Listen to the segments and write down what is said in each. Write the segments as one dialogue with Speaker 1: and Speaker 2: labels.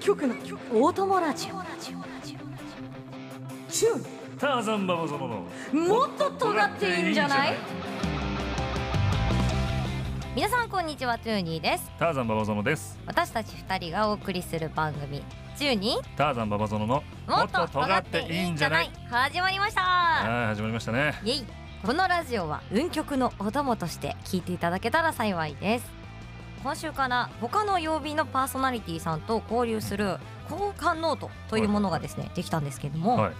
Speaker 1: 局の大友ラジオチュ
Speaker 2: ターザンババ様の
Speaker 1: ーンもっと尖っていいんじゃない
Speaker 3: 皆さんこんにちはトゥーニーです
Speaker 2: ターザンババ様です
Speaker 3: 私たち二人がお送りする番組チューニ
Speaker 2: ターザンババ様の
Speaker 3: ーもっと尖っていいんじゃない始まりました
Speaker 2: はい始まりましたね
Speaker 3: イエイこのラジオは運極のお供として聞いていただけたら幸いです今週から他の曜日のパーソナリティさんと交流する交換ノートというものがですねできたんですけども、
Speaker 2: はい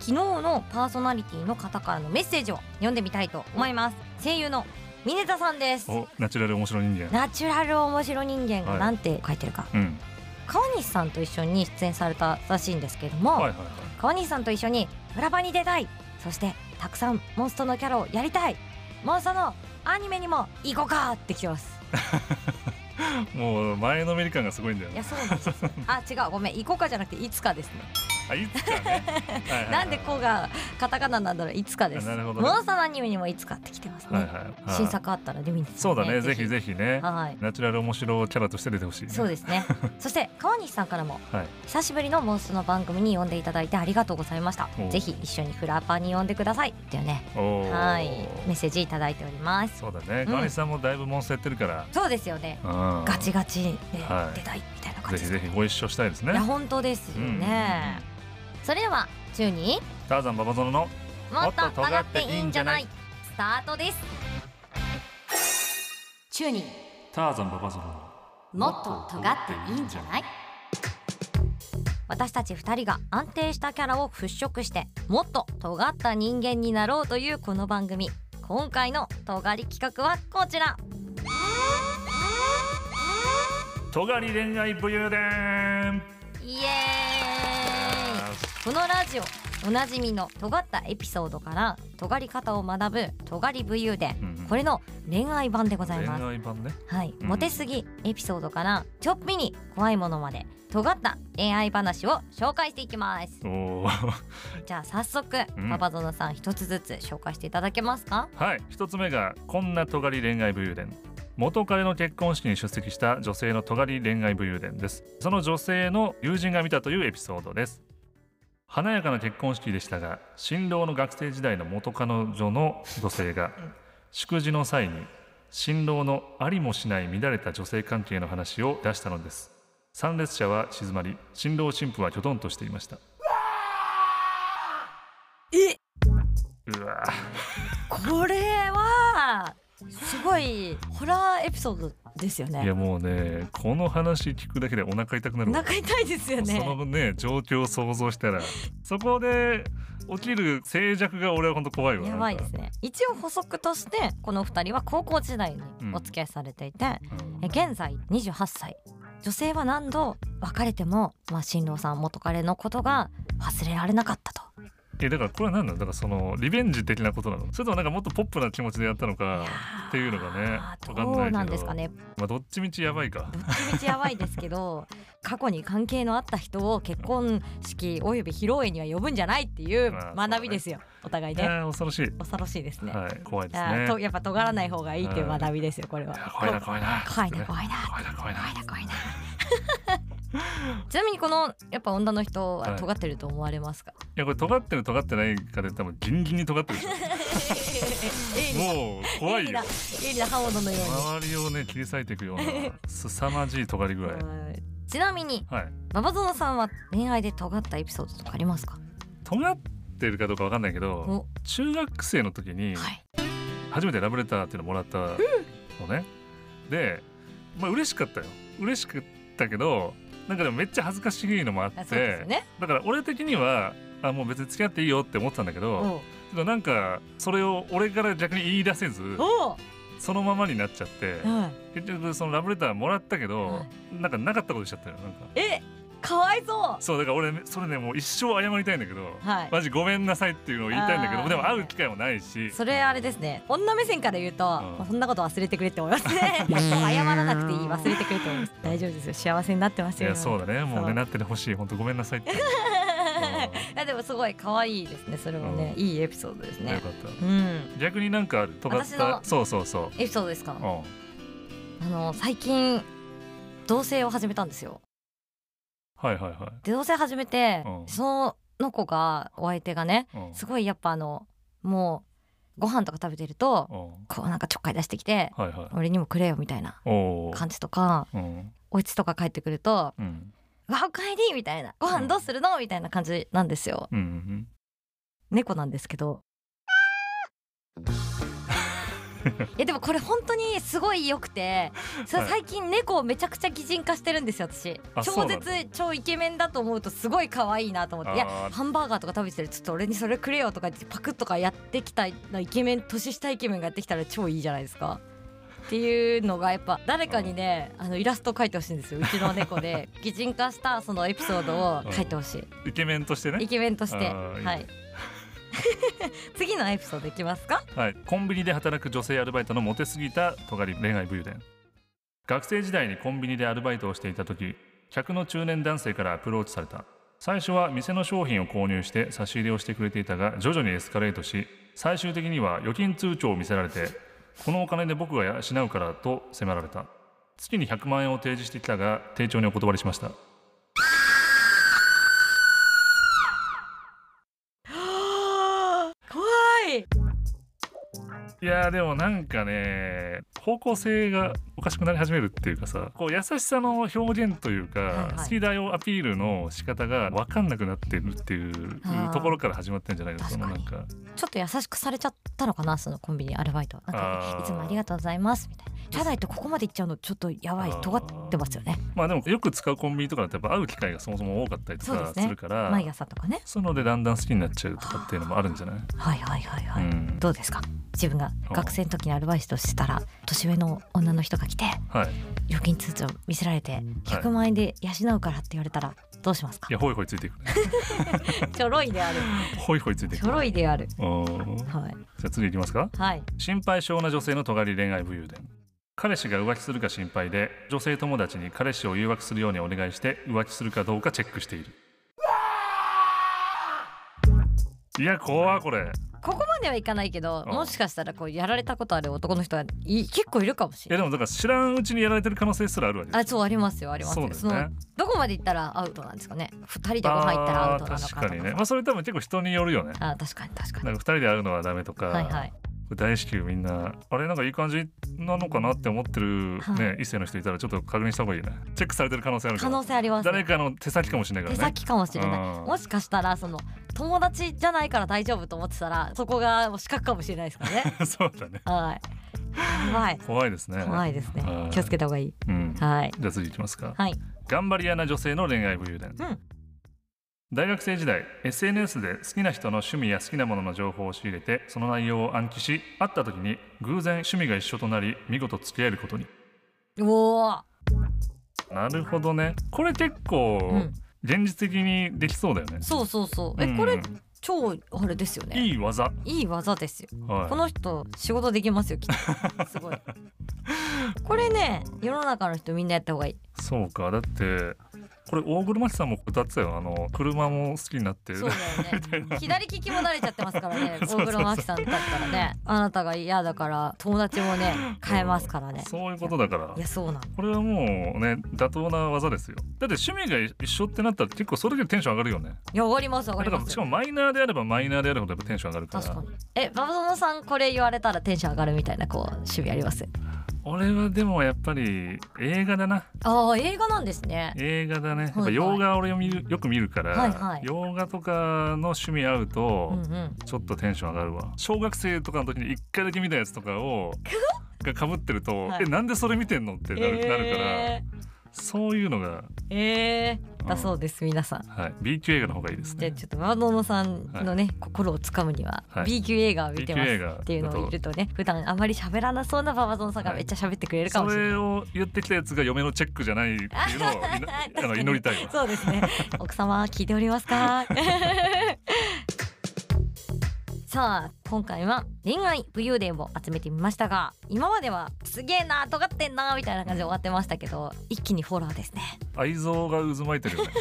Speaker 3: 昨日のパーソナリティの方からのメッセージを読んでみたいと思います声優のミネタさんです
Speaker 2: おナチュラル面白い人間
Speaker 3: ナチュラル面白人間がなんて書いてるか、
Speaker 2: うん
Speaker 3: 川西さんと一緒に出演されたらしいんですけれども、
Speaker 2: はいはいはい
Speaker 3: 川西さんと一緒に裏場に出たいそしてたくさんモンストのキャラをやりたいモンストのアニメにも行こうかってきてます
Speaker 2: もう前のめり感がすごいんだよ
Speaker 3: い
Speaker 2: ね
Speaker 3: やそうなんです よあ違うごめん行こうかじゃなくていつかですね
Speaker 2: あいつか ねはいはいはい
Speaker 3: なんでこうがカタカナなんだろういつかです
Speaker 2: なるほどね
Speaker 3: モンストのアニメにもいつかってきてますね、
Speaker 2: はいはいはい
Speaker 3: 新作あったらで見に行って
Speaker 2: そうだねぜひぜひね
Speaker 3: はい
Speaker 2: ナチュラル面白いキャラとして出てほしいね
Speaker 3: そうです ねそして川西さんからも
Speaker 2: はい
Speaker 3: 久しぶりのモンストの番組に呼んでいただいてありがとうございました
Speaker 2: お
Speaker 3: ぜひ一緒にフラパーに呼んでくださいっていうね
Speaker 2: おー
Speaker 3: はいメッセージいただいております
Speaker 2: そうだね
Speaker 3: ん
Speaker 2: 川西さんもだいぶモンスターやってるから
Speaker 3: そうですよね
Speaker 2: うん
Speaker 3: ガチガチで
Speaker 2: はい
Speaker 3: 出たいみたいな感
Speaker 2: ぜ
Speaker 3: じ
Speaker 2: ひ
Speaker 3: です
Speaker 2: ぜひご一緒したいですね
Speaker 3: いや本当ですよねそれでは中に
Speaker 2: ターザンババゾノの
Speaker 3: もっと尖っていいんじゃないスタートです中に
Speaker 2: ターザンババゾノの
Speaker 3: もっと尖っていいんじゃない私たち2人が安定したキャラを払拭してもっと尖った人間になろうというこの番組今回の尖り企画はこちら
Speaker 2: 尖り恋愛武勇伝
Speaker 3: イエーイこのラジオおなじみの尖ったエピソードから尖り方を学ぶ尖り武勇伝
Speaker 2: うんうん
Speaker 3: これの恋愛版でござい
Speaker 2: 恋
Speaker 3: ます
Speaker 2: 愛版ね
Speaker 3: はい、
Speaker 2: うん
Speaker 3: モテすぎエピソードからちょっぴり怖いものまで尖った恋愛話を紹介していきます
Speaker 2: おおー
Speaker 3: じゃあ早速、
Speaker 2: うん
Speaker 3: パパゾナさん一つずつ紹介していただけますか
Speaker 2: はい一つ目がこんな尖り恋愛武勇伝元彼の結婚式に出席した女性の尖り恋愛武勇伝ですその女性の友人が見たというエピソードです華やかな結婚式でしたが新郎の学生時代の元彼女の女性が祝辞の際に新郎のありもしない乱れた女性関係の話を出したのです参列者は静まり新郎新婦はきょとんとしていました
Speaker 3: え
Speaker 2: うわ
Speaker 3: これはすごいホラーエピソードですよ
Speaker 2: いや
Speaker 3: ね
Speaker 2: もうねこの話聞くだけでお腹痛くなる
Speaker 3: お
Speaker 2: わ
Speaker 3: 腹痛いですよ
Speaker 2: そ
Speaker 3: ね
Speaker 2: のね状況を想像したらそこで起きる静寂が俺は本当怖いわ
Speaker 3: やばい
Speaker 2: な
Speaker 3: で
Speaker 2: ん
Speaker 3: す
Speaker 2: か
Speaker 3: ね一応補足としてこの二人は高校時代にお付き合いされていて、
Speaker 2: うん
Speaker 3: え現在28歳女性は何度別れても、まあ、新郎さん元彼のことが忘れられなかったと
Speaker 2: えだからこれは何なのだからそのリベンジ的なことなのそれともなんかもっとポップな気持ちでやったのかっていうのがね
Speaker 3: あー
Speaker 2: わかんないけど
Speaker 3: どうなんですかね
Speaker 2: まあどっちみちやばいか
Speaker 3: どっちみちやばいですけど過去に関係のあった人を結婚式および披露宴には呼ぶんじゃないっていう
Speaker 2: まあ
Speaker 3: 学びですよお互い
Speaker 2: い
Speaker 3: ね
Speaker 2: やー恐ろしい
Speaker 3: 恐ろしいですね、
Speaker 2: はい怖いです
Speaker 3: あー
Speaker 2: ね
Speaker 3: とやっぱ尖らない方がいいっていう学びですよこれは
Speaker 2: 怖いな怖いな
Speaker 3: 怖いな
Speaker 2: 怖い
Speaker 3: 怖いな
Speaker 2: な怖いな
Speaker 3: 怖いな 怖いなちなみにこのやっぱ女の人
Speaker 2: は
Speaker 3: はい尖ってると思われますか、
Speaker 2: いやこれ尖ってる尖ってないかで多分ギンギンに尖ってるでし ょもう怖いよ
Speaker 3: 鋭利な刃物のよう
Speaker 2: 周
Speaker 3: に
Speaker 2: りをね切り裂いていくような凄まじい尖り具合
Speaker 3: はいちなみに
Speaker 2: はい
Speaker 3: ババゾノさんは恋愛で尖ったエピソードとかありますか
Speaker 2: 尖ってるかどうかわかんないけど
Speaker 3: お
Speaker 2: 中学生の時に
Speaker 3: はい
Speaker 2: 初めてラブレターっていうのもらったのね、でまあ嬉しかったよ嬉しかったけどなんかでもめっちゃ恥ずかしいのもあって
Speaker 3: あそうですよね
Speaker 2: だから俺的にはあもう別に付き合っていいよって思ってたんだけど
Speaker 3: お
Speaker 2: けどなんかそれを俺から逆に言い出せず
Speaker 3: お
Speaker 2: そのままになっちゃって
Speaker 3: はい
Speaker 2: 結局そのラブレターもらったけ
Speaker 3: は
Speaker 2: どなんかなかったことしちゃったよなんか
Speaker 3: えかわいそ
Speaker 2: そうだから俺それねもう一生謝りたいんだけど、
Speaker 3: はい
Speaker 2: マジごめんなさいっていうのを言いたいんだけ
Speaker 3: あー
Speaker 2: どでも会う機会もないし
Speaker 3: うそれあれですね女目線から言うと、
Speaker 2: ん
Speaker 3: もうそんなこと忘れてくれって思いま すねもう謝らなくていい忘れてくれって思います大丈夫ですよ幸せになってます
Speaker 2: い
Speaker 3: よ
Speaker 2: や そうだねもう
Speaker 3: そ
Speaker 2: ね
Speaker 3: う
Speaker 2: なっててほしい本当ごめんなさいって う
Speaker 3: いやでもすごい可愛いですねそれもね、いいエピソードです
Speaker 2: んよ
Speaker 3: ね
Speaker 2: かった
Speaker 3: うん
Speaker 2: 逆になんかある尖っ
Speaker 3: 私の
Speaker 2: たそうそうそ
Speaker 3: エピソードですか
Speaker 2: う、うん、
Speaker 3: あの最近同棲を始めたんですよ
Speaker 2: はいはいは
Speaker 3: で同棲始めて、
Speaker 2: うん
Speaker 3: その子がお相手がね
Speaker 2: いうん
Speaker 3: すごいやっぱあのもうご飯とか食べてると
Speaker 2: うん
Speaker 3: こうなんかちょっかい出してきて
Speaker 2: はいはい
Speaker 3: 俺にもくれよみたいな
Speaker 2: おお
Speaker 3: 感じとか
Speaker 2: うん
Speaker 3: お家とか帰ってくると
Speaker 2: うん
Speaker 3: 「わおかえり!」みたいな「ご飯どうするの?」みたいな感じなんですよ。
Speaker 2: うんうん
Speaker 3: 猫なんですけ ど。いやでもこれ本当にすごい良くてそれ
Speaker 2: はい
Speaker 3: 最近猫をめちゃくちゃ擬人化してるんですよ私
Speaker 2: あそう
Speaker 3: 超
Speaker 2: なんだ
Speaker 3: 絶超イケメンだと思うとすごい可愛いなと思っていや
Speaker 2: あー
Speaker 3: ハンバーガーとか食べてるちょっと俺にそれくれよとか言ってパクッとかやってきたイケメン年下イケメンがやってきたら超いいじゃないです か。っていうのがやっぱ誰かにねあのイラスト描いてほしいんですようちの 猫で擬人化したそのエピソードを描いてほしい。
Speaker 2: イケメンとして
Speaker 3: イ
Speaker 2: ね
Speaker 3: ケメンとして、
Speaker 2: あー
Speaker 3: はい
Speaker 2: い
Speaker 3: い。次のエピソードいきますか。
Speaker 2: はいコンビニで働く女性アルバイトのモテすぎたとがり恋愛武勇伝学生時代にコンビニでアルバイトをしていた時客の中年男性からアプローチされた最初は店の商品を購入して差し入れをしてくれていたが徐々にエスカレートし最終的には預金通帳を見せられてこのお金で僕が養うからと迫られた月に100万円を提示してきたが丁重にお断りしました
Speaker 3: 怖い。
Speaker 2: いやーでもなんかね方向性がおかしくなり始めるっていうかさこう優しさの表現というか、
Speaker 3: はいはい
Speaker 2: 好きだよアピールの仕方が分かんなくなってるっていう
Speaker 3: あー
Speaker 2: ところから始まってんじゃないの
Speaker 3: 確
Speaker 2: そ
Speaker 3: か
Speaker 2: の
Speaker 3: に
Speaker 2: なんか
Speaker 3: ちょっと優しくされちゃったのかなそのコンビニアルバイトはなんか
Speaker 2: あー
Speaker 3: いつもありがとうございますみたいな。チャダイってここまでいっちゃうのちょっとやばい
Speaker 2: あー
Speaker 3: 尖ってますよね。
Speaker 2: まあでもよく使うコンビニとかだとやっぱ会う機会がそもそも多かったりと
Speaker 3: そうで
Speaker 2: か
Speaker 3: すね
Speaker 2: するから
Speaker 3: 毎朝とかね。
Speaker 2: そういうのでだんだん好きになっちゃうとかっていうのもあるんじゃない、
Speaker 3: はいはいはいはい。
Speaker 2: うん
Speaker 3: どうですか。自分が学生の時にアルバイトしてたら年上の女の人が来て
Speaker 2: はい、い
Speaker 3: 預金通帳見せられて100万円で養うからって言われたらどうしますか。
Speaker 2: やホイホイついていくね
Speaker 3: ちょろいである。
Speaker 2: ホイホイついてい
Speaker 3: ち
Speaker 2: く
Speaker 3: ょ
Speaker 2: ね
Speaker 3: ろいである。
Speaker 2: おーじ
Speaker 3: はい
Speaker 2: ゃあ次いきますか
Speaker 3: はい。
Speaker 2: 心配性な女性の尖り恋愛武勇伝彼氏が浮気するか心配で女性友達に彼氏を誘惑するようにお願いして浮気するかどうかチェックしているいや怖いこれ
Speaker 3: ここまではいかないけど、
Speaker 2: うん
Speaker 3: もしかしたらこうやられたことある男の人はい結構いるかもし
Speaker 2: いや
Speaker 3: れない。
Speaker 2: でもだから知らんうちにやられてる可能性すらあるわけ
Speaker 3: あ、
Speaker 2: う
Speaker 3: そうありますよありますよ。
Speaker 2: そうだよね
Speaker 3: のどこまで行ったらアウトなんですかね。二人でご飯行ったらアウトなのかとか。
Speaker 2: 確かにねまあそれ多分結構人によるよね
Speaker 3: あ、確かに確か
Speaker 2: なん
Speaker 3: に。
Speaker 2: か二人で会うのはダメとか、
Speaker 3: はいはい。
Speaker 2: 大至急みんなあれなんかいい感じなのかなって思ってる、ね
Speaker 3: はい
Speaker 2: 異性の人いたらちょっと確認した方がいいねチェックされてる可能性あるか
Speaker 3: 可
Speaker 2: ら
Speaker 3: 能性あります、
Speaker 2: 誰かの手先かもしれないから
Speaker 3: 手
Speaker 2: ね
Speaker 3: 先かもしれない。
Speaker 2: うん
Speaker 3: もしかしたらその友達じゃないから大丈夫と思ってたらそこが死角かもしれないですか らね。
Speaker 2: そうだね。
Speaker 3: はい。怖い。
Speaker 2: 怖いですね。
Speaker 3: 怖いですね
Speaker 2: はい。
Speaker 3: 気をつけた方がいい。
Speaker 2: うん。
Speaker 3: はい。
Speaker 2: じゃあ次いきますか。
Speaker 3: はい。
Speaker 2: 頑張り屋な女性の恋愛武勇伝。
Speaker 3: うん
Speaker 2: 大学生時代 SNS で好きな人の趣味や好きなものの情報を仕入れてその内容を暗記し会った時に偶然趣味が一緒となり見事付き合えることに
Speaker 3: おお。
Speaker 2: なるほどねこれ結構、
Speaker 3: うん
Speaker 2: 現実的にできそうだよね
Speaker 3: そうそうそう。え、
Speaker 2: うん
Speaker 3: これ超あれですよね。
Speaker 2: いい技、はい
Speaker 3: い技ですよ。こ
Speaker 2: い、
Speaker 3: の人仕事できますよきっ とすごいこれね世の中の人みんなやった方がいい
Speaker 2: そうかだってこれ大黒摩季さんも歌ってたよあの車も好きになって
Speaker 3: そうだよ ね左利きも慣れちゃってますからね
Speaker 2: そ
Speaker 3: 大
Speaker 2: うそうそう
Speaker 3: 黒摩季さんだったらねあなたが嫌だから友達もね変えますからね
Speaker 2: そういうことだから
Speaker 3: いやそうなの
Speaker 2: これはもうね妥当な技ですよだって趣味が一緒ってなったら結構それだけでテンション上がるよね
Speaker 3: いや上がります上が
Speaker 2: だ
Speaker 3: り
Speaker 2: か
Speaker 3: ま
Speaker 2: らし
Speaker 3: す
Speaker 2: かもマイナーであればマイナーであるほどやっぱテンション上がるから
Speaker 3: 確かにえババゾノさんこれ言われたらテンション上がるみたいなこう趣味あります
Speaker 2: 俺はでもやっぱり映画だな
Speaker 3: ああ映画なんですね
Speaker 2: 映画だねやっ
Speaker 3: はい
Speaker 2: ぱ
Speaker 3: はい
Speaker 2: 洋画俺を見るよく見るから、
Speaker 3: はいはい
Speaker 2: 洋画とかの趣味合う
Speaker 3: うん
Speaker 2: と
Speaker 3: うん
Speaker 2: ちょっとテンション上がるわ小学生とかの時に一回だけ見たやつとかをがかぶってると、
Speaker 3: はい
Speaker 2: えなんでそれ見てんのってなる,、なるから
Speaker 3: え
Speaker 2: そういうのが、
Speaker 3: ーえーだそうです皆さん
Speaker 2: はい、B 級映画の方がいいです
Speaker 3: じゃあ
Speaker 2: ね
Speaker 3: ちょっとマドノさんのね、心をつかむには
Speaker 2: はい
Speaker 3: B 級映画を見てま
Speaker 2: B 級映
Speaker 3: す
Speaker 2: 画
Speaker 3: っていうのをいるとね普段あまり喋らなそうなババゾンさんが
Speaker 2: はい
Speaker 3: めっちゃ喋ってくれるか
Speaker 2: そ
Speaker 3: もしれない。
Speaker 2: れを言ってきたやつが嫁のチェックじゃないっていうのを いな
Speaker 3: 確か
Speaker 2: あ
Speaker 3: に
Speaker 2: の祈りたいわ
Speaker 3: そうです ね。奥様聞いております か。さあ今回は恋愛武勇伝を集めてみましたが今まではすげえな尖ってんなみたいな感じで終わってましたけど一気にフォロー ですね。
Speaker 2: 愛憎が渦巻いてるよね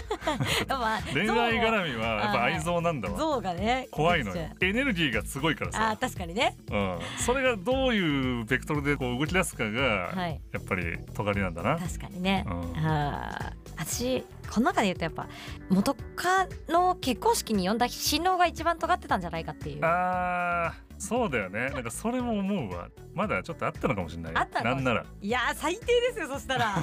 Speaker 3: やっぱ
Speaker 2: 恋愛絡みはやっぱ
Speaker 3: は
Speaker 2: 愛
Speaker 3: い
Speaker 2: 憎なんだわ
Speaker 3: 像がね
Speaker 2: 怖いの
Speaker 3: 出
Speaker 2: よ
Speaker 3: てき
Speaker 2: エネルギーがすごいから
Speaker 3: ちゃう
Speaker 2: さ
Speaker 3: あー、確かにね。
Speaker 2: うん、それがどういうベクトルでこう動き出すかが
Speaker 3: はい。
Speaker 2: やっぱり尖りなんだな
Speaker 3: 確かにね、
Speaker 2: うん
Speaker 3: あー私この中で言うとやっぱ元カノを結婚式に呼んだ新郎が一番尖ってたんじゃないかっていう
Speaker 2: あー
Speaker 3: あ
Speaker 2: そうだよねなんかそれも思うわまだちょっとあったのかもしれないよ
Speaker 3: あったのか
Speaker 2: な
Speaker 3: も
Speaker 2: ん
Speaker 3: しれ
Speaker 2: なら
Speaker 3: いやー最低ですよそし たら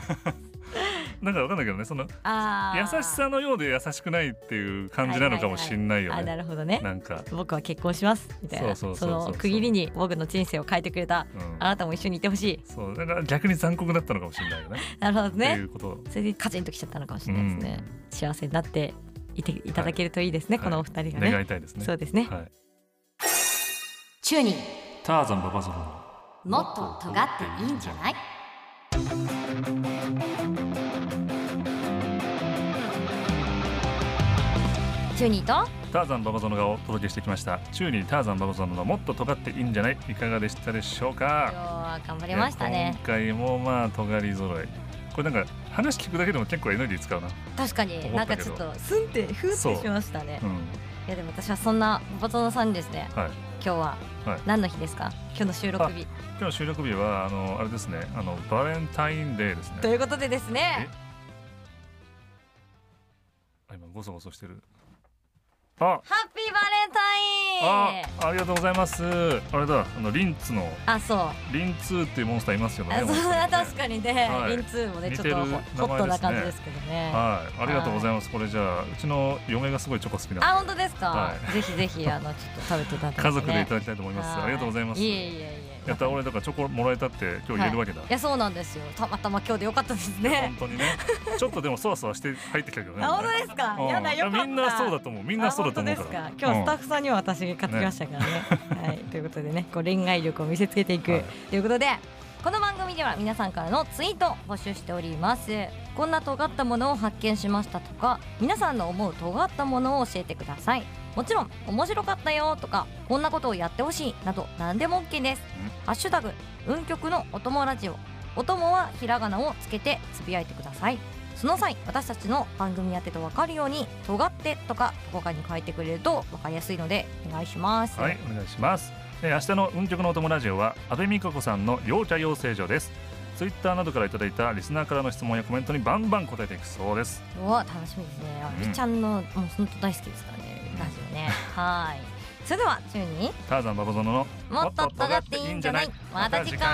Speaker 2: なんかわかんないけどねその
Speaker 3: あー
Speaker 2: 優しさのようで優しくないっていう感じなのかもしんないよ
Speaker 3: あ
Speaker 2: ね、
Speaker 3: なるほどね
Speaker 2: なんか、
Speaker 3: 僕は結婚しますみたいな
Speaker 2: そ
Speaker 3: そう
Speaker 2: そうそうそう
Speaker 3: の区切りに僕の人生を変えてくれた
Speaker 2: うん
Speaker 3: あなたも一緒にいてほしい
Speaker 2: そうだから逆に残酷だったのかもしれないよね
Speaker 3: なるほど
Speaker 2: ってい
Speaker 3: ね
Speaker 2: うこと
Speaker 3: それでカチンときちゃったのかもしれないですね、幸せになっていていただけるといいですね、
Speaker 2: はい
Speaker 3: このお二人がね、
Speaker 2: 願いたいですね
Speaker 3: そうですね、
Speaker 2: はい、
Speaker 3: チューニー
Speaker 2: ターザンババゾロの
Speaker 3: もっと尖っていいんじゃないチューニーと
Speaker 2: ターザンババゾノがお届けしてきました中にターザンババゾノのもっと尖っていいんじゃないいかがでしたでしょう
Speaker 3: 今日
Speaker 2: か
Speaker 3: は頑張りましたね
Speaker 2: いや今回もまあ尖り揃いこれなんか話聞くだけでも結構エネルギー使うな
Speaker 3: 確かに
Speaker 2: 思
Speaker 3: な
Speaker 2: っ
Speaker 3: ん
Speaker 2: た
Speaker 3: か
Speaker 2: け
Speaker 3: ち
Speaker 2: ど
Speaker 3: ょっとスンってふー
Speaker 2: そう
Speaker 3: ってしましたね
Speaker 2: うん
Speaker 3: いやでも私はそんなボトノさんにですね
Speaker 2: はい
Speaker 3: 今日は
Speaker 2: はい
Speaker 3: 何の日ですか今日の収録日
Speaker 2: 今日の収録日はあのあれですねあのバレンタインデーです
Speaker 3: と
Speaker 2: ね
Speaker 3: いうことでですね
Speaker 2: あ今ゴソゴソしてるあ
Speaker 3: ハッピーバレ
Speaker 2: あ
Speaker 3: ン
Speaker 2: あ
Speaker 3: タイン
Speaker 2: りがとうございますあれだあのリンツの
Speaker 3: あそう
Speaker 2: リンツーっていうモンスターいますよね
Speaker 3: あ
Speaker 2: モンス
Speaker 3: そ
Speaker 2: タ
Speaker 3: う
Speaker 2: ー
Speaker 3: だ
Speaker 2: ね
Speaker 3: 確かにね、
Speaker 2: はい
Speaker 3: リンツーもね
Speaker 2: 似
Speaker 3: ちょって
Speaker 2: る
Speaker 3: とホ
Speaker 2: 名前ですね
Speaker 3: ットな感じですけどね。
Speaker 2: はい、ありがとうございます。これじゃあうちの嫁がすごいチョコ好きなんで
Speaker 3: あ本当ですか、
Speaker 2: は
Speaker 3: ぜひぜひあのちょっと食べていただいて、ね、
Speaker 2: 家族でいた
Speaker 3: だき
Speaker 2: だきたいと思います。ありがとうございます。
Speaker 3: いえいえいえ
Speaker 2: やった俺だからチョコもらえたって今日言えるわけだ。
Speaker 3: いやそうなんですよたまたま今日でよかったですね
Speaker 2: 本当にね。ちょっとでもそわそわして入ってきたけどね。
Speaker 3: あ本当ですか、
Speaker 2: うん
Speaker 3: やだよかった
Speaker 2: みんなそうだと思う。みんなそうだと思う
Speaker 3: あ
Speaker 2: か
Speaker 3: 本当
Speaker 2: ら。
Speaker 3: ですか今日スタッ
Speaker 2: フ。
Speaker 3: フさんには私が買ってきましたからね、はいということでねこう恋愛力を見せつけていく、
Speaker 2: はい
Speaker 3: ということでこの番組では皆さんからのツイートを募集しておりますこんな尖ったものを発見しましたとか皆さんの思う尖ったものを教えてくださいもちろん面白かったよとかこんなことをやってほしいなど何でも OK ですハッシュタグ運極のお供ラジオお供はひらがなをつけてつぶやいてくださいその際私たちの番組宛てと分かるように「尖って」とか「とか」に書いてくれると分かりやすいのでお願いします、
Speaker 2: はい、お願いします。えー明日の運極のお友ラジオは安倍美香子さんの陽茶養成所です。ツイッターなどからいただいたリスナーからの質問やコメントにバンバン答えていくそうです。
Speaker 3: うわ楽しみですねあ
Speaker 2: うん
Speaker 3: きちゃんのもう本当大好きですからね
Speaker 2: うん
Speaker 3: ラジオ ねはいそれでは中に
Speaker 2: ターザンババゾノの
Speaker 3: もっと尖っていいんじゃないまた次回